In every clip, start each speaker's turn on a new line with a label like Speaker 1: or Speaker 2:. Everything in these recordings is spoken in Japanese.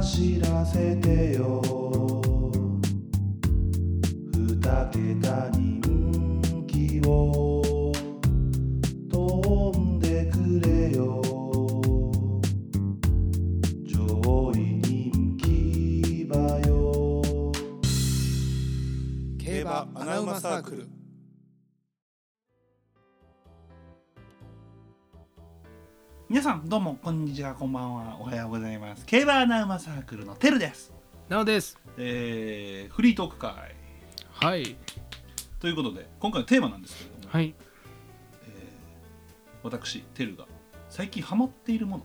Speaker 1: 走らせてよ二桁人気を飛んでくれよ上位人気馬よ
Speaker 2: 競馬アナウマサークル
Speaker 3: 皆さんどうもこんにちはこんばんはおはようございます競馬アナウマサークルのてるです、
Speaker 2: なおです
Speaker 3: えー、フリートーク会
Speaker 2: はい
Speaker 3: ということで今回のテーマなんですけれども、
Speaker 2: はい
Speaker 3: 私てるが最近ハマっているも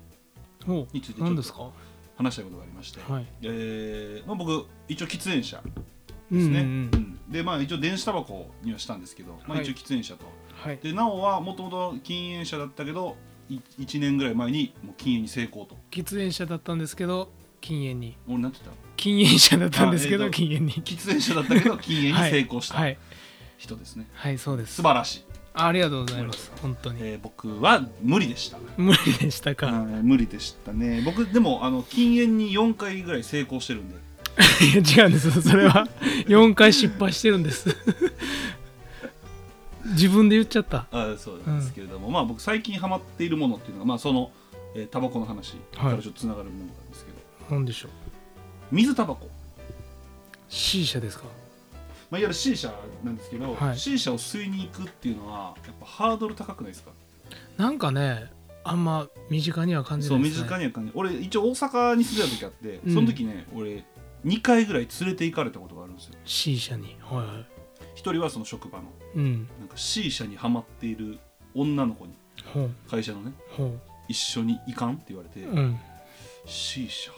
Speaker 3: の
Speaker 2: お
Speaker 3: についてちょっと
Speaker 2: 何ですか
Speaker 3: 話したいことがありまして、
Speaker 2: はい
Speaker 3: えーまあ、僕一応喫煙者
Speaker 2: で
Speaker 3: ですね、
Speaker 2: うんうんうん
Speaker 3: うんでまあ一応電子タバコにはしたんですけど、まあ、
Speaker 2: はい
Speaker 3: 一応喫煙者と、
Speaker 2: はい
Speaker 3: でなおはもともと禁煙者だったけど1年ぐらい前にもう禁煙に成功と
Speaker 2: 喫煙者だったんですけど禁煙に
Speaker 3: 俺なんて言っ
Speaker 2: 禁煙者だったんですけ
Speaker 3: あえ
Speaker 2: ど
Speaker 3: ーと
Speaker 2: 禁煙に
Speaker 3: た喫煙者だったけ ど禁煙に成功し
Speaker 2: は
Speaker 3: た
Speaker 2: い
Speaker 3: 人ですね、
Speaker 2: はいそうです
Speaker 3: 素晴らしい、
Speaker 2: あありがとうございます本当に
Speaker 3: えー僕は無理でした
Speaker 2: 無理でしたか
Speaker 3: はい無理でしたね僕でもあの禁煙に4回ぐらい成功してるんで
Speaker 2: いや違うんですそれは4回失敗してるんです自分で言っちゃった
Speaker 3: あそうなんですけれども、まあ僕最近ハマっているものっていうのがまあその、えータバコの話からちょっとつながるものなんですけど、
Speaker 2: 何でしょう
Speaker 3: 水タバコ、
Speaker 2: C 社ですか
Speaker 3: まあ、いわゆる C 社なんですけど、
Speaker 2: はい
Speaker 3: C 社を吸いに行くっていうのはやっぱハードル高くないですか
Speaker 2: なんかねあんま身近には感じ
Speaker 3: そ
Speaker 2: な
Speaker 3: う
Speaker 2: い
Speaker 3: 身
Speaker 2: ですね
Speaker 3: 近には感じ俺一応大阪に住んでた時あって
Speaker 2: うん
Speaker 3: その時ね、俺2回ぐらい連れて行かれたことがあるんですよ
Speaker 2: C 社にはいは
Speaker 3: 一人はその職場の
Speaker 2: いうん
Speaker 3: なんか C 社にハマっている女の子に
Speaker 2: ほう
Speaker 3: 会社のね
Speaker 2: ほう
Speaker 3: 一緒に行かんって言われて、
Speaker 2: うん、
Speaker 3: C 社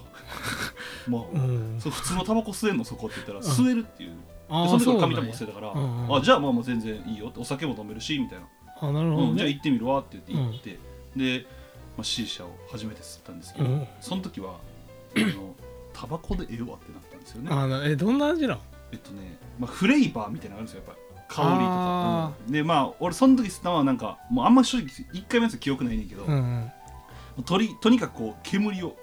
Speaker 3: まあ、
Speaker 2: うん、
Speaker 3: そう普通のタバコ吸えんのそこって言ったら
Speaker 2: ん
Speaker 3: 吸えるっていう、で
Speaker 2: あ
Speaker 3: その
Speaker 2: ー
Speaker 3: 時は
Speaker 2: なん
Speaker 3: 紙
Speaker 2: や
Speaker 3: タバコ吸えたから、
Speaker 2: うんうん
Speaker 3: あじゃあまあまあ全然いいよってお酒も飲めるしみたいな、
Speaker 2: あなるほ
Speaker 3: う
Speaker 2: ど
Speaker 3: んじゃあ
Speaker 2: ね、
Speaker 3: 行ってみるわって言って行って、で、まあ、C 社を初めて吸ったんですけ
Speaker 2: う
Speaker 3: ど、
Speaker 2: ん
Speaker 3: その時はあのタバコでええわってなったんですよね
Speaker 2: あなえどんな味なの
Speaker 3: えっとね、まあ、フレーバーみたいなのあるんですよやっぱり香りとか
Speaker 2: あ、
Speaker 3: うんでまあ俺その時吸ったのはなんかもうあんま正直1回目のやつ記憶ないねんけど、
Speaker 2: うんうん
Speaker 3: とりとにかくこう煙を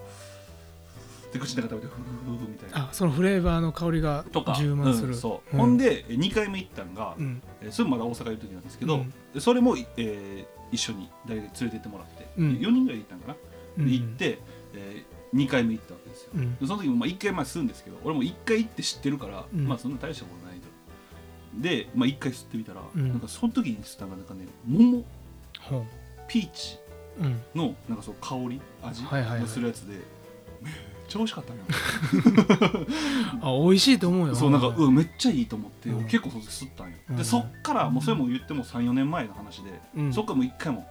Speaker 3: で口の中食べてフーフーみたいな
Speaker 2: あそのフレーバーの香りが
Speaker 3: とか
Speaker 2: 充満する、
Speaker 3: うんそう、
Speaker 2: ん
Speaker 3: ほんで2回目行ったんが、
Speaker 2: うん
Speaker 3: えーそれもまだ大阪いる時なんですけど、
Speaker 2: うん
Speaker 3: でそれも、えー一緒に誰かに連れてってもらって、
Speaker 2: うん
Speaker 3: 4人ぐらいで行ったんかな、
Speaker 2: う
Speaker 3: で
Speaker 2: ん
Speaker 3: 行って、え2回目行ったわけですよ、
Speaker 2: うん
Speaker 3: でその時もまあ1回前吸うんですけど俺も1回行って知ってるから、
Speaker 2: うん
Speaker 3: まあそんな大したことないとで、まあ、1回吸ってみたら、
Speaker 2: うん
Speaker 3: なんかその時に吸ったのがなんかね桃
Speaker 2: ほ
Speaker 3: ピーチ
Speaker 2: ううん
Speaker 3: のなんかそう香り味
Speaker 2: はいはいはい
Speaker 3: がするやつで、めっちゃ美味しかったんよ
Speaker 2: あ美味しいと思うよ
Speaker 3: そうなんか
Speaker 2: ん
Speaker 3: うんめっちゃいいと思って、
Speaker 2: うん
Speaker 3: 結構その時吸ったんよ、
Speaker 2: うん
Speaker 3: でそっからもうそれも言っても34年前の話で、
Speaker 2: うん
Speaker 3: そっからもう1回も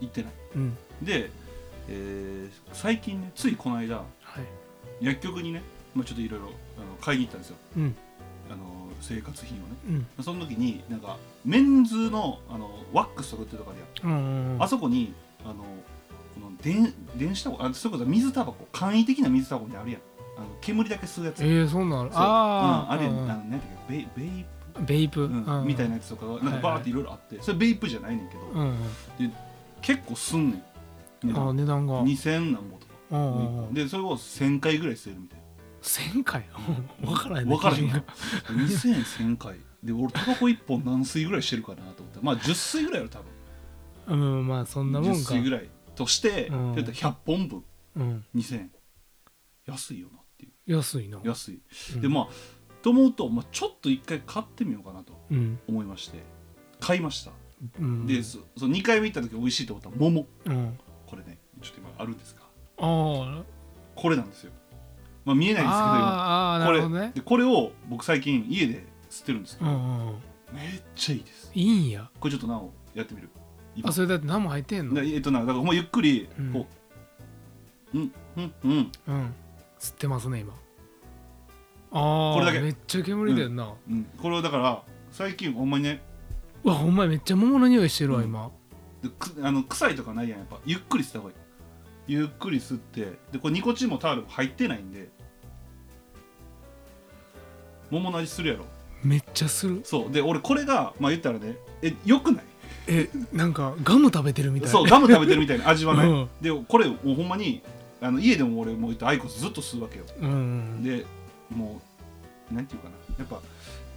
Speaker 3: 行ってない
Speaker 2: うん
Speaker 3: で、えー最近ねついこの間
Speaker 2: はい
Speaker 3: 薬局にね、まあ、ちょっといろいろあの買いに行ったんですよ
Speaker 2: うん
Speaker 3: あの生活品をね
Speaker 2: うん
Speaker 3: その時になんかメンズのあのワックスとか売ってるとかでやって
Speaker 2: うんうんうん
Speaker 3: あそこにあのこの電電子タバコあそういうこと水タバコ簡易的な水タバコにあるやんあの煙だけ吸うやつ
Speaker 2: えー、そんなのある
Speaker 3: そう
Speaker 2: あ
Speaker 3: うん、あ
Speaker 2: ー
Speaker 3: れやん、
Speaker 2: うんうん
Speaker 3: あのなんだっけベイベイ
Speaker 2: ベイプ、
Speaker 3: プ、
Speaker 2: う
Speaker 3: うんん
Speaker 2: うん
Speaker 3: みたいなやつとかがなんかバーっていろいろあってそれベイプじゃないねんけど、
Speaker 2: うんうん
Speaker 3: 結構すんねん値
Speaker 2: あー
Speaker 3: 段
Speaker 2: 値段が
Speaker 3: 2000何本とか、
Speaker 2: うんうんうん
Speaker 3: でそれを1000回ぐらい吸えるみたいな
Speaker 2: 1000回 分からへんね
Speaker 3: 分からへん
Speaker 2: 基準
Speaker 3: やん
Speaker 2: が
Speaker 3: 2000回で俺タバコ1本何吸いぐらいしてるかなと思ってまあ10吸いぐらいある多分
Speaker 2: うんまあそんなもんか
Speaker 3: 10吸いぐらいとして、
Speaker 2: うん
Speaker 3: だって100本分
Speaker 2: うん
Speaker 3: 2000安いよなってい
Speaker 2: 安いな
Speaker 3: う安い、
Speaker 2: うん
Speaker 3: でまあと思うと、まあ、ちょっと一回買ってみようかなと
Speaker 2: うん
Speaker 3: 思いまして買いました、
Speaker 2: うん
Speaker 3: でそその2回目行った時美味しいと思った桃
Speaker 2: うん
Speaker 3: これねちょっと今あるんですか
Speaker 2: あー
Speaker 3: これなんですよまあ見えないんですけど今
Speaker 2: あーあーな
Speaker 3: こ
Speaker 2: る
Speaker 3: れ
Speaker 2: ほどね
Speaker 3: でこれを僕最近家で吸ってるんですけ
Speaker 2: う
Speaker 3: ど、
Speaker 2: んうんうん
Speaker 3: めっちゃいいです
Speaker 2: いいんや
Speaker 3: これちょっとなおやってみる今
Speaker 2: あそれだって何も入ってんの
Speaker 3: でえっとなだからもうゆっくり
Speaker 2: うん
Speaker 3: こううんうんうん
Speaker 2: うん吸ってますね今ああ
Speaker 3: これだけ
Speaker 2: めっちゃ煙だよな、う
Speaker 3: うんこれをだから最近ほんまにね
Speaker 2: わほんまやめっちゃ桃の匂いしてるわ
Speaker 3: うん
Speaker 2: 今、
Speaker 3: でくあの臭いとかないやんやっぱゆっくり吸った方がいいゆっくり吸ってでこれニコチンもタオルも入ってないんで桃の味するやろ
Speaker 2: めっちゃする
Speaker 3: そうで俺これがまあ言ったらねえよくない
Speaker 2: えなんかガム食べてるみたい
Speaker 3: そうガム食べてるみたいな味はない、
Speaker 2: うん
Speaker 3: でこれもうほんまにあの家でも俺もう言ったアイコスずっと吸うわけよ
Speaker 2: うん
Speaker 3: でもうなんていうかなやっぱ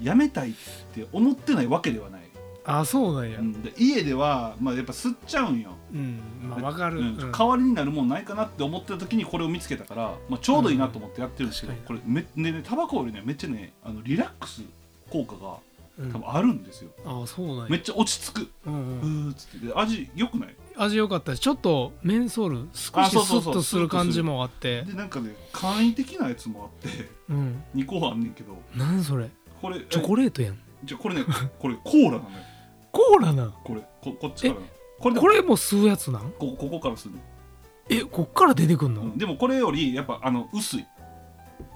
Speaker 3: やめたいって思ってないわけではない、
Speaker 2: あそうなんや
Speaker 3: うんで家では、まあ、やっぱ吸っちゃうんよ
Speaker 2: うんまあわかる
Speaker 3: う
Speaker 2: うんん
Speaker 3: 代わりになるもんないかなって思ってた時にこれを見つけたから、まあ、ちょうどいいなと思ってやってるんですけど、
Speaker 2: うん確
Speaker 3: これめでねタバコよりねめっちゃねあのリラックス効果が
Speaker 2: うん
Speaker 3: 多分あるんですよ、
Speaker 2: あそうなん
Speaker 3: め
Speaker 2: や
Speaker 3: っちゃ落ち着く、
Speaker 2: うん
Speaker 3: う
Speaker 2: うん
Speaker 3: ーっつってで味良くない
Speaker 2: 味良かったしちょっとメンソール少
Speaker 3: あ
Speaker 2: しス
Speaker 3: そうそうそ
Speaker 2: ッ
Speaker 3: う
Speaker 2: とする感じもあって
Speaker 3: でなんかね簡易的なやつもあって
Speaker 2: うん
Speaker 3: 2個あんねんけど
Speaker 2: 何それ
Speaker 3: これ
Speaker 2: チョコレートやん
Speaker 3: えじゃあこれねこれコーラなのよ
Speaker 2: コーラなん
Speaker 3: これここっちからなのこれで
Speaker 2: これも吸うやつなん
Speaker 3: こここからするの
Speaker 2: えこっから出てくんの、
Speaker 3: うんでもこれよりやっぱあの薄い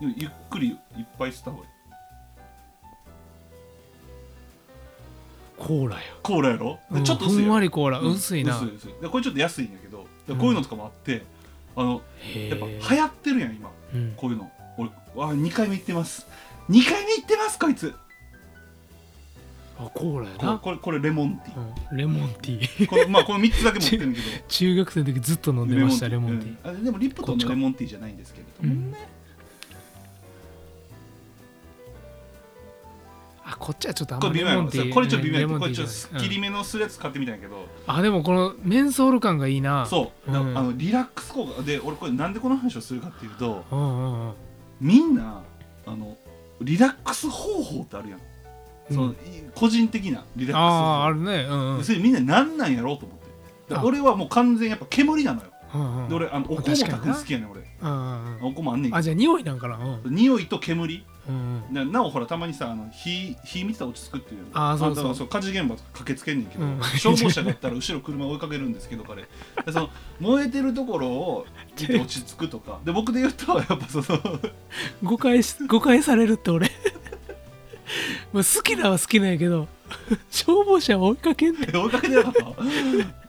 Speaker 3: ゆゆっくりいっぱい吸った方がいい
Speaker 2: コーラや、
Speaker 3: コーラやろで
Speaker 2: うん
Speaker 3: ちょっと
Speaker 2: ふ
Speaker 3: 薄いや
Speaker 2: ん
Speaker 3: ろ
Speaker 2: わりコーラ、薄いな
Speaker 3: 薄い薄いでこれちょっと安いんやけどでこういうのとかもあって、あの
Speaker 2: へ
Speaker 3: やっぱ
Speaker 2: え
Speaker 3: 流行ってるやん今
Speaker 2: うん、
Speaker 3: こういうの俺わ2回目行ってます2回目行ってますこいつ
Speaker 2: あコーラや
Speaker 3: これ
Speaker 2: な、
Speaker 3: これこれレモンティー
Speaker 2: うん、レモンティー
Speaker 3: このまあこの3つだけ持ってるんだけど
Speaker 2: 中学生の時ずっと 飲んでましたレモンティー、
Speaker 3: うんあでもリプトン
Speaker 2: こっち
Speaker 3: の
Speaker 2: か
Speaker 3: レモンティーじゃないんですけれど
Speaker 2: う
Speaker 3: も、
Speaker 2: んあこっちはちょっとあん
Speaker 3: こ
Speaker 2: ま
Speaker 3: れ微
Speaker 2: レ
Speaker 3: 妙や
Speaker 2: モ
Speaker 3: ろ
Speaker 2: ンティー
Speaker 3: これちょっと微妙や
Speaker 2: うんレ
Speaker 3: ろ
Speaker 2: モン
Speaker 3: こ
Speaker 2: ティ
Speaker 3: れ
Speaker 2: ー
Speaker 3: ちょ
Speaker 2: じ
Speaker 3: っ
Speaker 2: ゃ
Speaker 3: と
Speaker 2: ない
Speaker 3: すっきりめのするやつ買ってみたんやけど、
Speaker 2: うんあでもこのメンソール感がいいな
Speaker 3: そう、だ
Speaker 2: うん
Speaker 3: あのリラックス効果で俺これなんでこの話をするかっていうと
Speaker 2: う、うんうんうん、
Speaker 3: みんなあのリラックス方法ってあるやん、その
Speaker 2: う
Speaker 3: い
Speaker 2: ん
Speaker 3: 個人的なリラックス方法
Speaker 2: あああるねうんうん
Speaker 3: それみんななんなんやろうと思ってで
Speaker 2: あ
Speaker 3: 俺はもう完全やっぱ煙なのよ、
Speaker 2: うんうん
Speaker 3: で俺あのおこも炊くの好きやねん俺
Speaker 2: うんうんうん
Speaker 3: おこもあんねんけ
Speaker 2: あ
Speaker 3: ど
Speaker 2: じゃあ匂いなんかなうん
Speaker 3: 匂いと煙
Speaker 2: うんうん
Speaker 3: ななおほらたまにさあの火火見てたら落ち着くっていうの
Speaker 2: あーそうそう
Speaker 3: だからそう火事現場とか駆けつけんねんけど、
Speaker 2: うん
Speaker 3: 消防車だったら後ろ車追いかけるんですけど彼でその燃えてるところを見て落ち着くとかで僕で言うとやっぱその
Speaker 2: 誤解し誤解されるって俺 まあ好きだは好きなんやけど 消防車追いかけんね
Speaker 3: 追いかけてなかった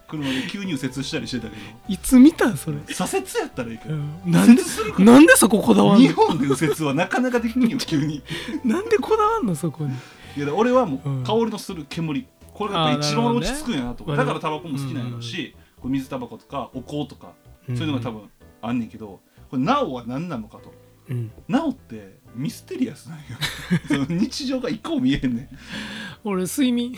Speaker 3: 車で急に右折したりしてたけど
Speaker 2: いつ見たんそれ、
Speaker 3: 左折やったらいいけ
Speaker 2: う
Speaker 3: ど、
Speaker 2: ん、なん
Speaker 3: 右折
Speaker 2: で
Speaker 3: するか
Speaker 2: なんでそここだわん
Speaker 3: 日
Speaker 2: の
Speaker 3: 本で右折はなかなかできんよ急に
Speaker 2: なんでこだわんのそこに
Speaker 3: いやだから俺はも
Speaker 2: うん
Speaker 3: う香りのする煙これがやっぱ一
Speaker 2: あーな
Speaker 3: 番
Speaker 2: るほど
Speaker 3: 落
Speaker 2: ね
Speaker 3: ち着くんやなと思う
Speaker 2: な
Speaker 3: だ
Speaker 2: る
Speaker 3: か
Speaker 2: ほ
Speaker 3: ら
Speaker 2: ど
Speaker 3: タバコも好きなんやろうし、こう水タバコとかお香とかそういうのが多分あんねんけど、これなおは何なのかと
Speaker 2: うん、うん
Speaker 3: なおってミステリアス なんよその日常が一個も見えへんねん
Speaker 2: 俺睡眠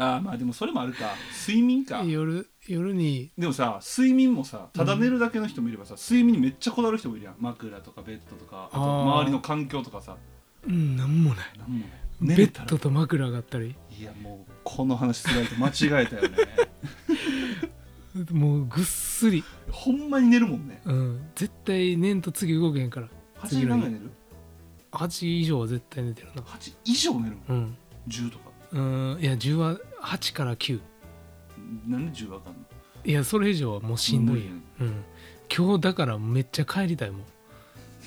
Speaker 3: ああまあでもそれもあるか睡眠か
Speaker 2: 夜夜に
Speaker 3: でもさ睡眠もさただ寝るだけの人もいればさ、睡眠にめっちゃこだわる人もいるやん枕とかベッドとかあと
Speaker 2: あー
Speaker 3: 周りの環境とかさ
Speaker 2: うんなんもない
Speaker 3: なんもない
Speaker 2: ベ
Speaker 3: 寝れた
Speaker 2: ッ
Speaker 3: ら
Speaker 2: ドと枕があったり
Speaker 3: いやもうこの話すらいと間違えたよね
Speaker 2: もうぐっすり、
Speaker 3: ほんまに寝るもんね
Speaker 2: うん、絶対年と次動けへんから
Speaker 3: 8
Speaker 2: 次
Speaker 3: 時
Speaker 2: の
Speaker 3: 間
Speaker 2: 日
Speaker 3: ぐらい寝る
Speaker 2: 8以上は絶対寝てるな
Speaker 3: ?8 以上寝るの
Speaker 2: うん
Speaker 3: ?10 とか
Speaker 2: うんいや10は8から9
Speaker 3: なんで10わかんの
Speaker 2: いやそれ以上はもうしんどいや
Speaker 3: うん
Speaker 2: ん、うん、今日だからめっちゃ帰りたいもん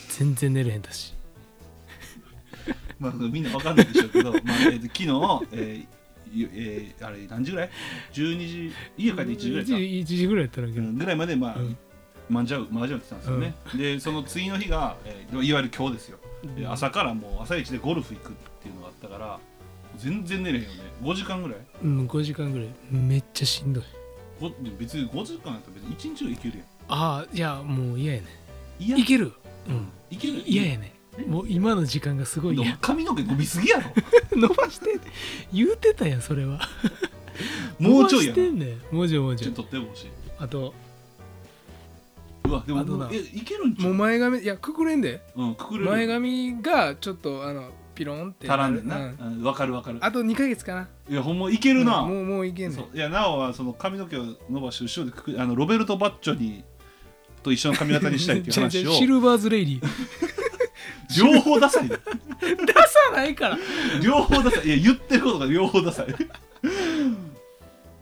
Speaker 2: 全然寝れへんだし
Speaker 3: まあみんなわかんないでしょうけど まあ、えーと昨日、えーゆえーあれ何時ぐらい ?12 時家帰って1時ぐらいか
Speaker 2: 1時ぐらいやったらけ
Speaker 3: う
Speaker 2: ど、
Speaker 3: んぐらいまでまあ、
Speaker 2: うん
Speaker 3: マンジャウマンジャウって言ってたんですよね、でその次の日が、えーいわゆる今日ですよ、で朝からもう朝一でゴルフ行くっていうのがあったから全然寝れへんよね5時間ぐらい
Speaker 2: うん、5時間ぐらいめっちゃしんどい
Speaker 3: ご別に5時間やったら別に1日はいけるやん
Speaker 2: ああいやもう嫌やね
Speaker 3: いや
Speaker 2: いけるようん
Speaker 3: いける
Speaker 2: 嫌やねもう今の時間がすごい
Speaker 3: でも
Speaker 2: 嫌
Speaker 3: 髪の毛伸びすぎやろ
Speaker 2: 伸ばして言うてたやんそれは
Speaker 3: もうちょいや
Speaker 2: 伸ばして
Speaker 3: ん
Speaker 2: んねんもうちょいもうち
Speaker 3: ちょ
Speaker 2: ょ
Speaker 3: っ
Speaker 2: い
Speaker 3: と取ってほしいう
Speaker 2: あと
Speaker 3: うわでも
Speaker 2: あとな
Speaker 3: えいけるんちゃ
Speaker 2: もう
Speaker 3: う
Speaker 2: 前髪いやくくれんで
Speaker 3: うんくくれる
Speaker 2: 前髪がちょっとあのピロンって
Speaker 3: 足らんで
Speaker 2: で
Speaker 3: んな
Speaker 2: うん、
Speaker 3: うんわかるわかる
Speaker 2: あと2ヶ月かない
Speaker 3: やほんまいけるな、
Speaker 2: うんもうもういけんね
Speaker 3: そ
Speaker 2: ん
Speaker 3: ういやなおはその髪の毛を伸ばして後ろでくくあのロベルト・バッチョにと一緒の髪型にしたいっていう 話を
Speaker 2: シルバーズレイリー
Speaker 3: 両方ダサいよ
Speaker 2: 出さないから
Speaker 3: 両方ダサいいや言ってることが両方ダサい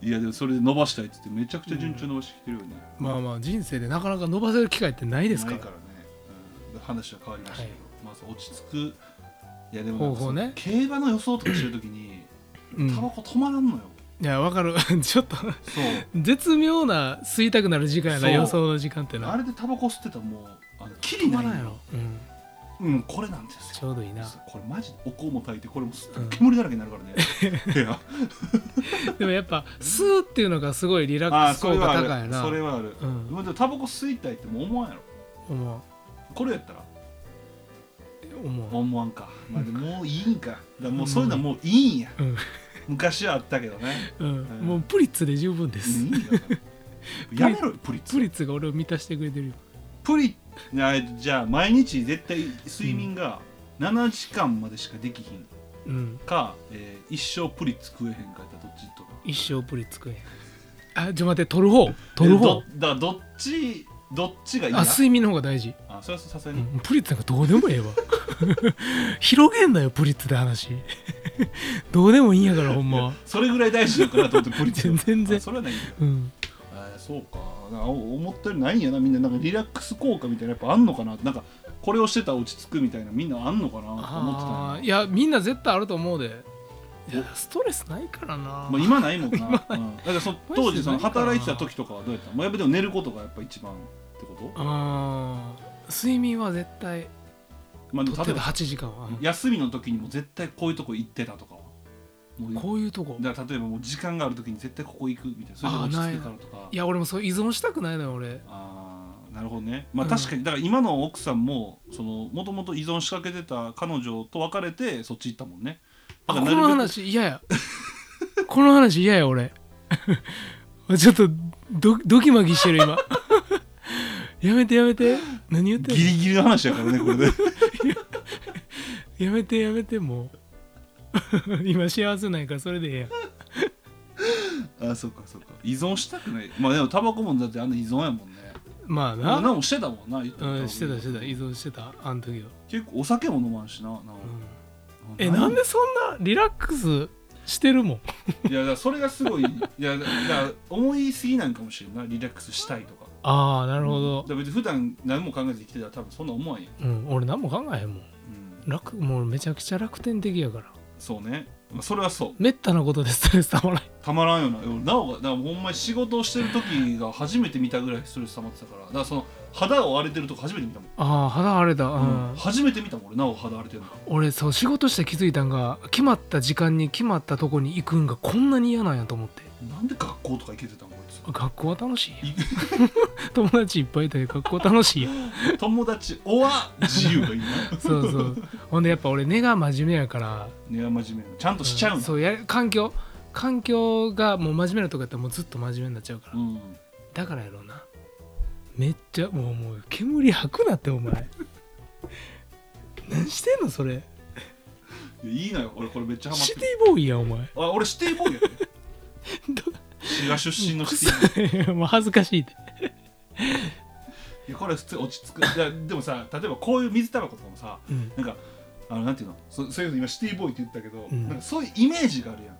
Speaker 3: いやでもそれで伸ばしたいっつってめちゃくちゃ順調に伸ばしてきてるよね、
Speaker 2: まあまあ人生でなかなか伸ばせる機会ってないですか
Speaker 3: ない
Speaker 2: ら
Speaker 3: からね、うん、話は変わりましたけど、
Speaker 2: は
Speaker 3: まず落ち着くいやでもなんか
Speaker 2: 方法ね
Speaker 3: その競馬の予想とかしてるときに
Speaker 2: うん、い
Speaker 3: タバコ止まらんのよ、
Speaker 2: やわかる ちょっと
Speaker 3: そう
Speaker 2: 絶妙な吸いたくなる時間やな
Speaker 3: そう
Speaker 2: 予想の時間って
Speaker 3: あ
Speaker 2: な
Speaker 3: れでタバコ吸ってたらもうあのキリ
Speaker 2: 止
Speaker 3: な
Speaker 2: ま
Speaker 3: い
Speaker 2: らんや
Speaker 3: よ
Speaker 2: ろ、うん、
Speaker 3: うんこれなんですよ
Speaker 2: ちょうどいいな
Speaker 3: これマジでお香も炊いてこれも吸ったら
Speaker 2: うん
Speaker 3: 煙だらけになる からね、いや
Speaker 2: でもやっぱ吸うっていうのがすごいリラックス
Speaker 3: それ
Speaker 2: 効果
Speaker 3: はあ
Speaker 2: 高い
Speaker 3: る
Speaker 2: な
Speaker 3: それはある、
Speaker 2: うん
Speaker 3: でもタバコ吸いたいってもう思わんやろ
Speaker 2: 思
Speaker 3: これやったら
Speaker 2: う思
Speaker 3: 思わんか、まあ、でももういいんかだからもうそういうのはもういいんや、
Speaker 2: うん
Speaker 3: 昔はあったけどね
Speaker 2: う、う
Speaker 3: ん
Speaker 2: ん、もうプリッツで十分で
Speaker 3: いい
Speaker 2: す、
Speaker 3: んだからやめろよプリッツ
Speaker 2: プリッツが俺を満たしてくれてるよ
Speaker 3: プリあじゃあ毎日絶対睡眠が7時間までしかできひん
Speaker 2: うん
Speaker 3: か、えー一生プリッツ食えへんかやったらどっちとか
Speaker 2: 一生プリッツ食えあちょ待って取る方取る方
Speaker 3: えどだからどっちどっちがいいな
Speaker 2: あ睡眠の方が大事、
Speaker 3: あそれはさすが
Speaker 2: う
Speaker 3: に、
Speaker 2: ん、プリッツなんかどうでもええわ 広げんなよプリッツで話 どうでもいいんやからほんまは
Speaker 3: それぐらい大事だからと思ってプリッツ
Speaker 2: 全然
Speaker 3: あそれはないんだよ
Speaker 2: うん
Speaker 3: あそうかなんかお思ったよりないんやなみんななんかリラックス効果みたいなやっぱあんのかななんかこれをしてたら落ち着くみたいなみんなあんのかなと思ってたん
Speaker 2: あ
Speaker 3: や
Speaker 2: ーいやみんな絶対あると思うでいや
Speaker 3: お
Speaker 2: ストレスないからな、
Speaker 3: まあ、今ないもんな、う ん、だからそ当時その
Speaker 2: マジでないかな
Speaker 3: 働いてた時とかはどうやったのまあやっぱでも寝ることがやっぱ一番ってこと、
Speaker 2: あー睡眠は絶対
Speaker 3: まあ、で
Speaker 2: 取
Speaker 3: も例
Speaker 2: って
Speaker 3: え
Speaker 2: た
Speaker 3: ば
Speaker 2: 8時間は、うん
Speaker 3: 休みの時にも絶対こういうとこ行ってたとかはもう
Speaker 2: こういうとこ
Speaker 3: だから例えばもう時間がある時に絶対ここ行くみたいなそういうの落ち着くからとか
Speaker 2: いや俺もそう依存したくないのよ俺
Speaker 3: あーなるほどねまあ
Speaker 2: うん
Speaker 3: 確かにだから今の奥さんももともと依存しかけてた彼女と別れてそっち行ったもんね
Speaker 2: あ
Speaker 3: だ
Speaker 2: こ
Speaker 3: から
Speaker 2: の
Speaker 3: なる
Speaker 2: 話嫌やこの話嫌や俺 ちょっとドドキマキしてる今 やめてやめて何言っ
Speaker 3: べ
Speaker 2: て
Speaker 3: く
Speaker 2: ん
Speaker 3: ギ
Speaker 2: の
Speaker 3: リギリの話やからねこれで
Speaker 2: やめてやめてもう 今幸せないからそれでええやん
Speaker 3: あそっかそっか依存したくないまあでもタバコもだってあんな依存やもんね
Speaker 2: まあ
Speaker 3: な
Speaker 2: な
Speaker 3: なもしてたもんな言ったら
Speaker 2: うんしてたしてた依存してたあの時は、
Speaker 3: 結構お酒も飲まんしななお
Speaker 2: うんえなんでそんなリラックスしてるもん
Speaker 3: いやだからそれがすごいいやだから思いすぎなんかもしれんないリラックスしたいとか
Speaker 2: ああなるほ
Speaker 3: だ
Speaker 2: ど
Speaker 3: か、ら別に普段何も考えて生きてたら多分そんな思わんやん、
Speaker 2: うん、俺何も考えへんもん
Speaker 3: うん、
Speaker 2: 楽もうめちゃくちゃ楽天的やから
Speaker 3: そうねまあそれはそう
Speaker 2: めったなことでストレスたまらない
Speaker 3: たまらんよなよなおがだからほんまに仕事をしてる時が初めて見たぐらいストレス溜まってたからだからその肌を荒れてるとこ初めて見たもん、
Speaker 2: ああ肌荒れた、うん
Speaker 3: うん初めて見たもん俺なお肌荒れてるの
Speaker 2: 俺そう仕事して気づいたんが決まった時間に決まったとこに行くんがこんなに嫌なんやと思って
Speaker 3: なんで学校とか行けてたんこいつ
Speaker 2: 学校は楽しいやん 友達いっぱいいたけど学校楽しいやん
Speaker 3: 友達おわ自由がいいな
Speaker 2: そうそうほんでやっぱ俺根が真面目やから
Speaker 3: ね真面目なちゃんとしちゃう
Speaker 2: うんん
Speaker 3: だ、
Speaker 2: そうや環境環境がもう真面目なとこやったらもうずっと真面目になっちゃうから
Speaker 3: うん
Speaker 2: だからやろうなめっちゃもうもう煙吐くなってお前 何してんのそれ
Speaker 3: いやいいのよ俺これめっちゃハマっ
Speaker 2: シ
Speaker 3: て
Speaker 2: テ
Speaker 3: る
Speaker 2: ィボーイやお前
Speaker 3: あ俺シティボーイやね滋賀出身のシティボーイ
Speaker 2: ど もう恥ずかしいって
Speaker 3: いやこれ普通落ち着くいやでもさ例えばこういう水タバコとかもさ
Speaker 2: うん
Speaker 3: なんかあのなんていうのそそういうの今シティボーイって言ったけど、
Speaker 2: うん
Speaker 3: なんかそういうイメージがあるやん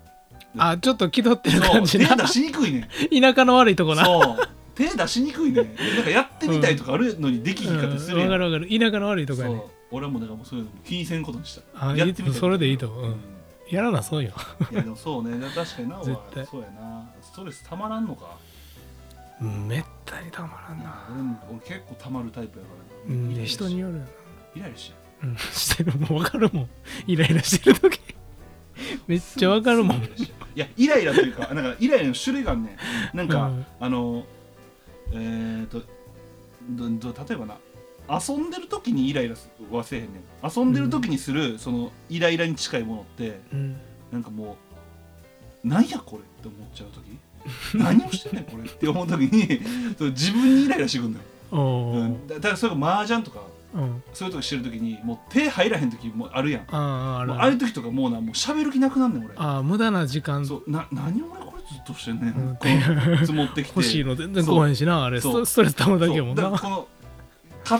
Speaker 2: あちょっと気取ってる
Speaker 3: そう
Speaker 2: 感じ
Speaker 3: 手
Speaker 2: な
Speaker 3: 出しにくいねん
Speaker 2: 田舎の悪いとこな
Speaker 3: そう手出しにくいねんなんかやってみたいとかあるのにできひ
Speaker 2: うんん
Speaker 3: かったりするやん、
Speaker 2: わかるわかる田舎の悪いとこ
Speaker 3: そ
Speaker 2: やね
Speaker 3: う俺はもうだからもうそういうのも気にせんことにした
Speaker 2: あ
Speaker 3: やってみ
Speaker 2: いい
Speaker 3: た
Speaker 2: それでいいと思ううん
Speaker 3: ん
Speaker 2: やらなそうよ
Speaker 3: いやでもそうねだ確かになおは
Speaker 2: 絶対
Speaker 3: そうやなストレスたまらんのか
Speaker 2: めったにたまらんな
Speaker 3: 俺も俺結構たまるタイプやから
Speaker 2: う
Speaker 3: な、
Speaker 2: ん人によるよな
Speaker 3: イライラし
Speaker 2: うんしてるもう分かるもんイライラしてる 時めっちゃ分かるもん
Speaker 3: すぐイライラしちゃういやイライラというかなんかイライラの種類があんねんなんか、
Speaker 2: うん
Speaker 3: あのえー、とどど例えばな遊んでる時にイライラはせえへんねん遊んでる時にする、そのイライラに近いものって
Speaker 2: うん
Speaker 3: なんかもうなんやこれって思っちゃ う時何をしてんねんこれって思う時にその自分にイライラしてくんだよ、
Speaker 2: お
Speaker 3: う
Speaker 2: ー
Speaker 3: ん、だだからそれが麻雀とか
Speaker 2: うん
Speaker 3: そういうとこしてる時にもう手入らへん時もあるやん
Speaker 2: ああ
Speaker 3: もう
Speaker 2: ある
Speaker 3: ああ
Speaker 2: あ
Speaker 3: い
Speaker 2: る
Speaker 3: う時とかもうなもう喋る気なくなんねん俺
Speaker 2: ああ無駄な時間
Speaker 3: そうな何俺これずっとしてんねん、
Speaker 2: うん
Speaker 3: この積もってきて
Speaker 2: 欲しいの全然来へんしなあれス
Speaker 3: そう
Speaker 2: トストレス溜まるだけや
Speaker 3: そ
Speaker 2: も
Speaker 3: うんだ
Speaker 2: な
Speaker 3: からこのか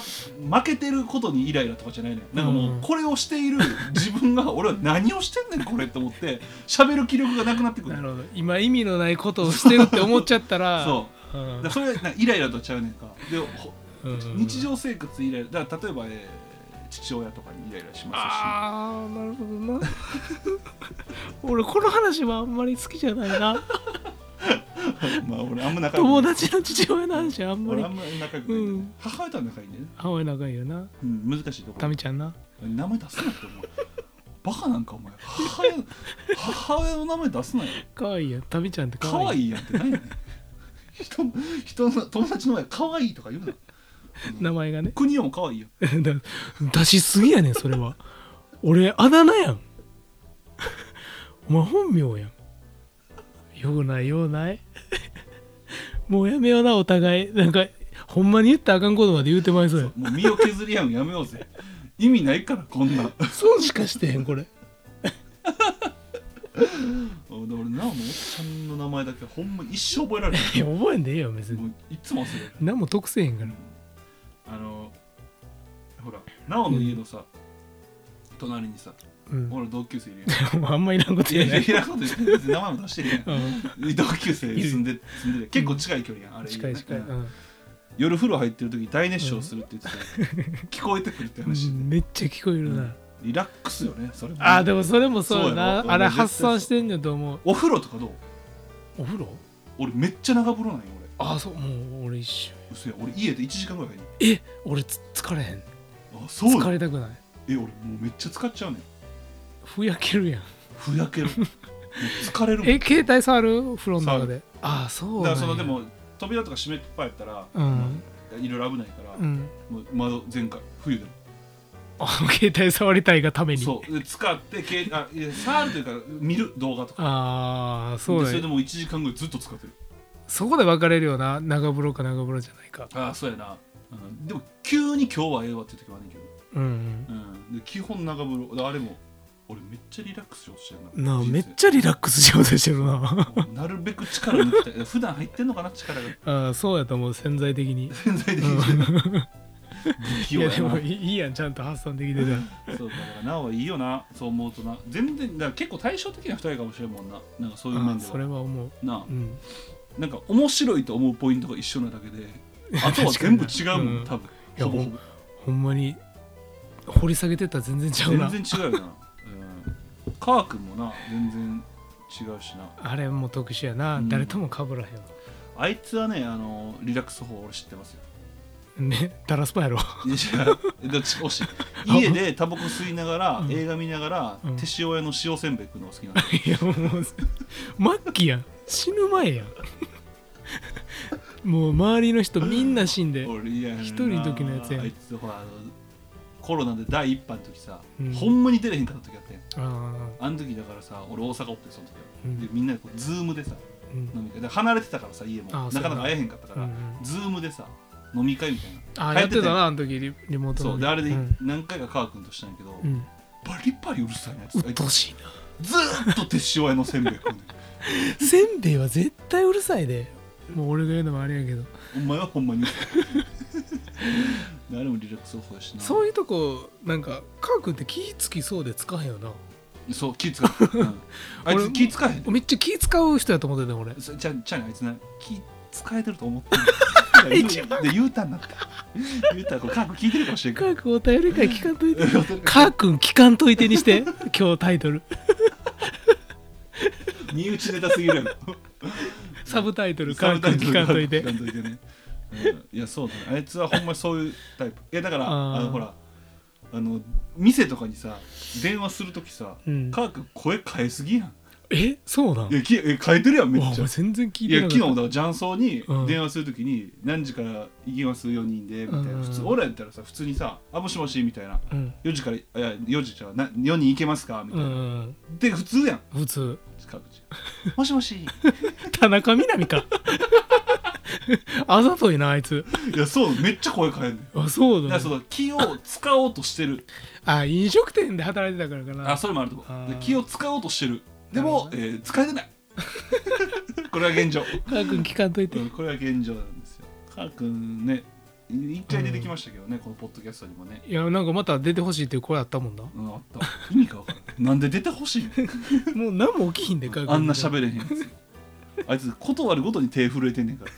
Speaker 3: 負けてることにイライラとかじゃないのよなんかもう、
Speaker 2: うん
Speaker 3: これをしている自分が俺は何をしてんねんこれって思って喋る気力がなくなってくる
Speaker 2: なるほど今意味のないことをしてるって思っちゃったら
Speaker 3: そううんだからそれはなイライラとちゃうねんかでほ
Speaker 2: うん
Speaker 3: 日常生活イライラだから例えば、えー父親とかにイライラしま
Speaker 2: ああなるほどな 俺この話はあんまり好きじゃないな
Speaker 3: すしまあ俺あんま仲良く
Speaker 2: 友
Speaker 3: ない
Speaker 2: 達の父親の話はあんまり
Speaker 3: 俺あんま仲良くない、
Speaker 2: うん
Speaker 3: 母親とは仲いいんだよね、
Speaker 2: 母親仲いいよな
Speaker 3: うん、難しいところ
Speaker 2: タミちゃんな
Speaker 3: 名前出すなってお前バカなんかお前母親母親の名前出すなよ
Speaker 2: 可愛いやんタミちゃんって可
Speaker 3: 可
Speaker 2: 愛い
Speaker 3: 愛いやんって何やねん人の人の友達の前可愛いとか言うな
Speaker 2: 名前がね
Speaker 3: 国も可愛いよ
Speaker 2: だ出しすぎやねんそれは俺あだ名やん お前本名やんようないようない もうやめようなお互いなんかほんまに言ったらあかんことまで言うてまいそうやん
Speaker 3: もう身を削り合うのやめようぜ意味ないからこんなん
Speaker 2: 損しかしてへんこれ
Speaker 3: 俺なもうおっちゃんの名前だけほんま一生覚えられない
Speaker 2: いや覚えんでええよ別
Speaker 3: も
Speaker 2: に
Speaker 3: ういつも忘れる
Speaker 2: 何も得せへんから
Speaker 3: あのほらなおの家のさ、隣にさ
Speaker 2: うん
Speaker 3: 俺同級生いる
Speaker 2: もうあんまいらんこと
Speaker 3: や
Speaker 2: 言
Speaker 3: んいや
Speaker 2: えない
Speaker 3: いやこと言って別に名前も出してるやん
Speaker 2: う
Speaker 3: 同級生住んで住んでて結構近い距離やんあ
Speaker 2: ん
Speaker 3: れ
Speaker 2: 近い近い、
Speaker 3: う
Speaker 2: うんん
Speaker 3: 夜風呂入ってる時大熱唱するって言ってた、聞こえてくるって話、
Speaker 2: めっちゃ聞こえるな、
Speaker 3: リラックスよねそれも
Speaker 2: あーでもそれもそうや
Speaker 3: そうや
Speaker 2: な
Speaker 3: ろ
Speaker 2: あれ発散してんねんと思う
Speaker 3: お風呂とかどう
Speaker 2: お風呂
Speaker 3: 俺めっちゃ長風呂なんよ
Speaker 2: ああそうもう俺一緒
Speaker 3: 俺嘘や俺家で1時間ぐらい入る
Speaker 2: え俺つ疲れへん
Speaker 3: あそう
Speaker 2: 疲
Speaker 3: や
Speaker 2: れたくない
Speaker 3: え俺もうめっちゃ使っちゃうねん
Speaker 2: ふやけるやん
Speaker 3: ふやけるもう疲れるもん
Speaker 2: え携帯触る風呂の中でああそう
Speaker 3: だから
Speaker 2: なんや
Speaker 3: そのでも扉とか閉めっぱやったら、
Speaker 2: うん
Speaker 3: いろいろ危ないから、
Speaker 2: うん
Speaker 3: もう窓全開冬でも
Speaker 2: あ携帯触りたいがために
Speaker 3: そうで使ってけいあいや触るというか見る動画とか
Speaker 2: ああそう
Speaker 3: でそ
Speaker 2: や
Speaker 3: れでも1時間ぐらいずっと使ってる
Speaker 2: そこで分かれるよな長風呂か長風呂じゃないか
Speaker 3: ああそうやな、うんでも急に今日はええわって時はあんねんけど、
Speaker 2: うん
Speaker 3: うん、で基本長風呂であれも俺めっちゃリラックスしようとして
Speaker 2: う
Speaker 3: る
Speaker 2: ん
Speaker 3: な
Speaker 2: なあめっ
Speaker 3: ゃ
Speaker 2: ちゃリラックスしようとして るな
Speaker 3: なるべく力抜きたいいや 普段入ってんのかな力が
Speaker 2: ああそうやと思う潜在的に
Speaker 3: 全然でき
Speaker 2: い
Speaker 3: ない
Speaker 2: や
Speaker 3: 器
Speaker 2: で
Speaker 3: 用や
Speaker 2: も
Speaker 3: ない
Speaker 2: いいいやんちゃんと発散できてた
Speaker 3: そうだからなおはいいよなそう思うとな全然だから結構対照的な2人かもしれんもんななんかそういう
Speaker 2: あ
Speaker 3: 面
Speaker 2: あ
Speaker 3: で
Speaker 2: そ
Speaker 3: は
Speaker 2: れは思う
Speaker 3: な
Speaker 2: うん
Speaker 3: あなんか面白いと思うポイントが一緒なだけであとは全部違うもん、
Speaker 2: うん
Speaker 3: 多分
Speaker 2: いや
Speaker 3: ほぼほぼ
Speaker 2: ほんまに掘り下げてったら全然ちゃうな
Speaker 3: 全然違うよな、うん、カー君もな全然違うしな
Speaker 2: あれも特殊やな、
Speaker 3: うん
Speaker 2: 誰とも被らへんわ
Speaker 3: あいつはねあのリラックス法俺知ってます よ
Speaker 2: ねダラスパ やろ
Speaker 3: いやどっち惜しい家でタバコ吸いながら、映画見ながら、
Speaker 2: うん
Speaker 3: 手塩屋の塩せんべい食うのが好きなんだよ
Speaker 2: いやもう末期やん死ぬ前やん もう周りの人みんな死んで
Speaker 3: 俺嫌やねんな
Speaker 2: 一人の時のやつやん
Speaker 3: あいつほらあのコロナで第一波の時さ、
Speaker 2: うん
Speaker 3: ほんまに出れへんかった時あってん
Speaker 2: あ
Speaker 3: あの時だからさ俺大阪おってその時は、
Speaker 2: うん
Speaker 3: でみんなでこうズームでさ
Speaker 2: ー、うん、
Speaker 3: 飲み会で離れてたからさ家も
Speaker 2: あ
Speaker 3: な
Speaker 2: ーそう
Speaker 3: か
Speaker 2: やな
Speaker 3: なか会えへんかったから、
Speaker 2: うんうん
Speaker 3: ズームでさ飲み会みたいな
Speaker 2: あ
Speaker 3: 帰
Speaker 2: や
Speaker 3: っ
Speaker 2: ってて
Speaker 3: た
Speaker 2: たなあの時リリモートの
Speaker 3: そうであれで
Speaker 2: うん、
Speaker 3: 何回か川君としたんやけど、
Speaker 2: うん、
Speaker 3: バリバリうるさいなやつ
Speaker 2: うっとうしいな
Speaker 3: ずーっと手塩屋のせんべい食うねん
Speaker 2: せんべいは絶対うるさいでもう俺が言うのもあれやけど
Speaker 3: お前はほんまにうるさい誰もリラックス方法やしな
Speaker 2: そういうとこなんかカー君って気ぃつきそうでつかへんよな
Speaker 3: そう気使う、うんあいつ気使えへん
Speaker 2: めっちゃ気使う人やと思ってたよ俺
Speaker 3: そちゃちゃうねんあいつな気使えてると思ってる
Speaker 2: 一
Speaker 3: で言うたんなった言うたらこれカーク聞いてるかもしれんか
Speaker 2: カ
Speaker 3: ら。
Speaker 2: ー君お便り会聞かんといてカー君聞かんといてにして、今日タイトル。
Speaker 3: 身内ネタすぎるやろ
Speaker 2: サブタイトル、カ
Speaker 3: サブ
Speaker 2: ー
Speaker 3: タ
Speaker 2: 君
Speaker 3: イトル
Speaker 2: 聞かんといて
Speaker 3: 聞。かんといてね、うんいやそうだねあいつはほんまにそういうタイプいやだから
Speaker 2: あー
Speaker 3: あのほらあの店とかにさ電話するときさ、
Speaker 2: うん
Speaker 3: カーク声変えすぎやん
Speaker 2: え、そうなん
Speaker 3: いやきえ変えてるやんめ
Speaker 2: わ
Speaker 3: っちゃ
Speaker 2: 俺全然聞い
Speaker 3: い
Speaker 2: て
Speaker 3: や
Speaker 2: な
Speaker 3: 昨
Speaker 2: か
Speaker 3: 日
Speaker 2: っ
Speaker 3: だから雀荘に
Speaker 2: うん
Speaker 3: 電話するときに何時から行きます4人でみたいな、
Speaker 2: うん
Speaker 3: 普通俺やったらさ普通にさ「あもしもし」みたいな
Speaker 2: た。うん。
Speaker 3: 4時からいや4時じゃな4人行けますかみた
Speaker 2: う
Speaker 3: いな、
Speaker 2: ん。
Speaker 3: で普通やん
Speaker 2: 普通。
Speaker 3: 各自もしも し
Speaker 2: 田中みなみか。 あざといな、あいつ。
Speaker 3: いやそうめっちゃ声変えんねん
Speaker 2: あ、そ
Speaker 3: だか
Speaker 2: うだ
Speaker 3: らそ。の気を使おうとしてる
Speaker 2: あ、飲食店で働いてたからか
Speaker 3: あ
Speaker 2: な。
Speaker 3: それもあると思
Speaker 2: あ
Speaker 3: う
Speaker 2: ー
Speaker 3: で気を使おうとしてるで
Speaker 2: なる
Speaker 3: も
Speaker 2: ほ、
Speaker 3: え
Speaker 2: ど
Speaker 3: ー使えてない これは現状
Speaker 2: カー君聞かんといて
Speaker 3: う。んこれは現状なんですよカー君ねい一回出てきましたけどね、このポッドキャストにもね
Speaker 2: いや、なんかまた出てほしいっていう声あったもんな。
Speaker 3: うん、あった意味が分からんなんで出てほしいの
Speaker 2: もう何も起きひんで、カー君。
Speaker 3: あんな喋れへんやつあいつ断るごとに手震えてんねんから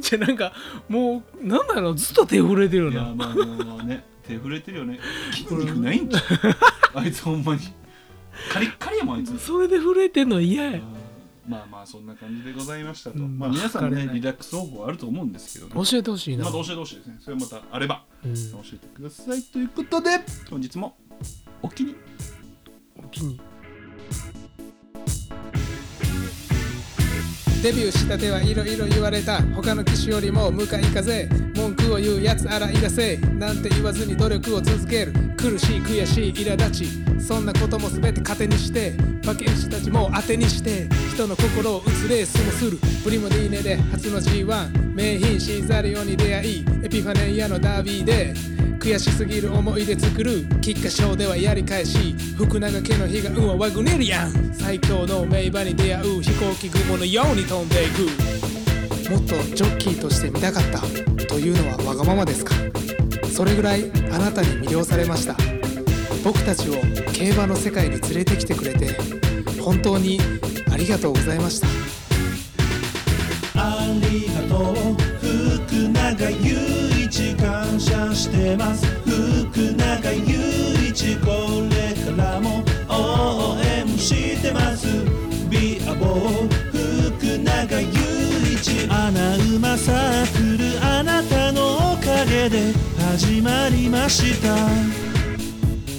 Speaker 2: じゃ、なんか、もう、なんだろう、ずっと手震えてるよ
Speaker 3: いや
Speaker 2: な。
Speaker 3: まあまあまあね手震えてるよね筋肉ないんじゃうあいつほんまにカリッカリやもんあいつ
Speaker 2: それで震えてんの嫌や。
Speaker 3: まあまあそんな感じでございましたと、
Speaker 2: うん
Speaker 3: まあ皆さん
Speaker 2: 疲れ
Speaker 3: ね
Speaker 2: ない
Speaker 3: リラックス方法あると思うんですけどね
Speaker 2: 教えてほしいな。
Speaker 3: また教えてほしいですねそれまたあれば
Speaker 2: うん
Speaker 3: 教えてくださいということで本日もお気に
Speaker 2: お気にデビューしたてはいろいろ言われた他の機種よりも向かい風
Speaker 4: 文句を言うやつ洗い出せなんて言わずに努力を続ける苦しい悔しい苛立ちそんなことも全て糧にして馬券師たちも当てにして人の心を打つレースもするプリモディーネで初の G1 名品シーザリオに出会いエピファネイアのダービーで悔しすぎる思い出作る菊花賞ではやり返し福永家の悲願はワグネリアン最強の名馬に出会う飛行機雲のように飛んでいくもっとジョッキーとして見たかったというのはわがままですかそれぐらいあなたに魅了されました僕たちを競馬の世界に連れてきてくれて本当にありがとうございました
Speaker 1: ありがとう福永祐一感謝してます福永祐一これからも応援してますビアボー福永祐一アナウマサークルあなたのおかげで始まりました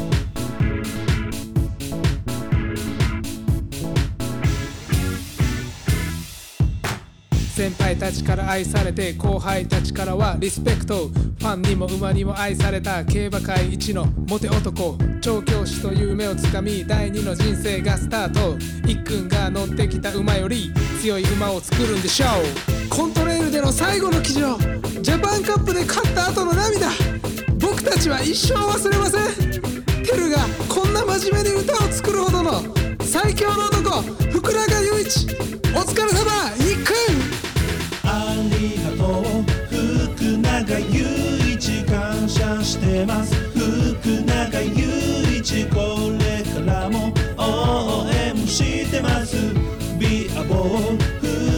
Speaker 4: 先輩たちから愛されて後輩たちからはリスペクトファンにも馬にも愛された競馬界一のモテ男調教師という夢をつかみ第二の人生がスタート一君が乗ってきた馬より強い馬を作るんでしょうコントレールでの最後の騎乗ジャパンカップで勝った後の涙僕たちは一生忘れませんテルがこんな真面目に歌を作るほどの最強の男福永祐一お疲れ様一君
Speaker 1: ありがとう福永祐一感謝してます福永祐一これからも応援してますビアボー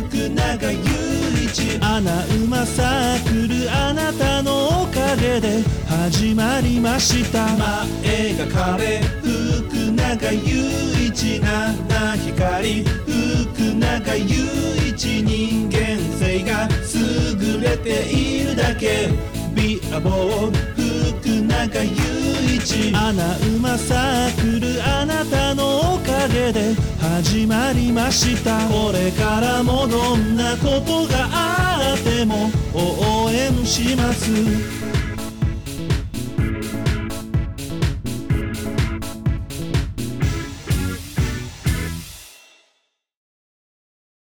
Speaker 1: 福永祐一アナウマサークルあなたのおかげで始まりました前が壁福永祐一七光福永祐一人間性が優れているだけビアボー福永祐一アナウマサークルあなたのおかげで始まりましたこれからもどんなことがあっても応援します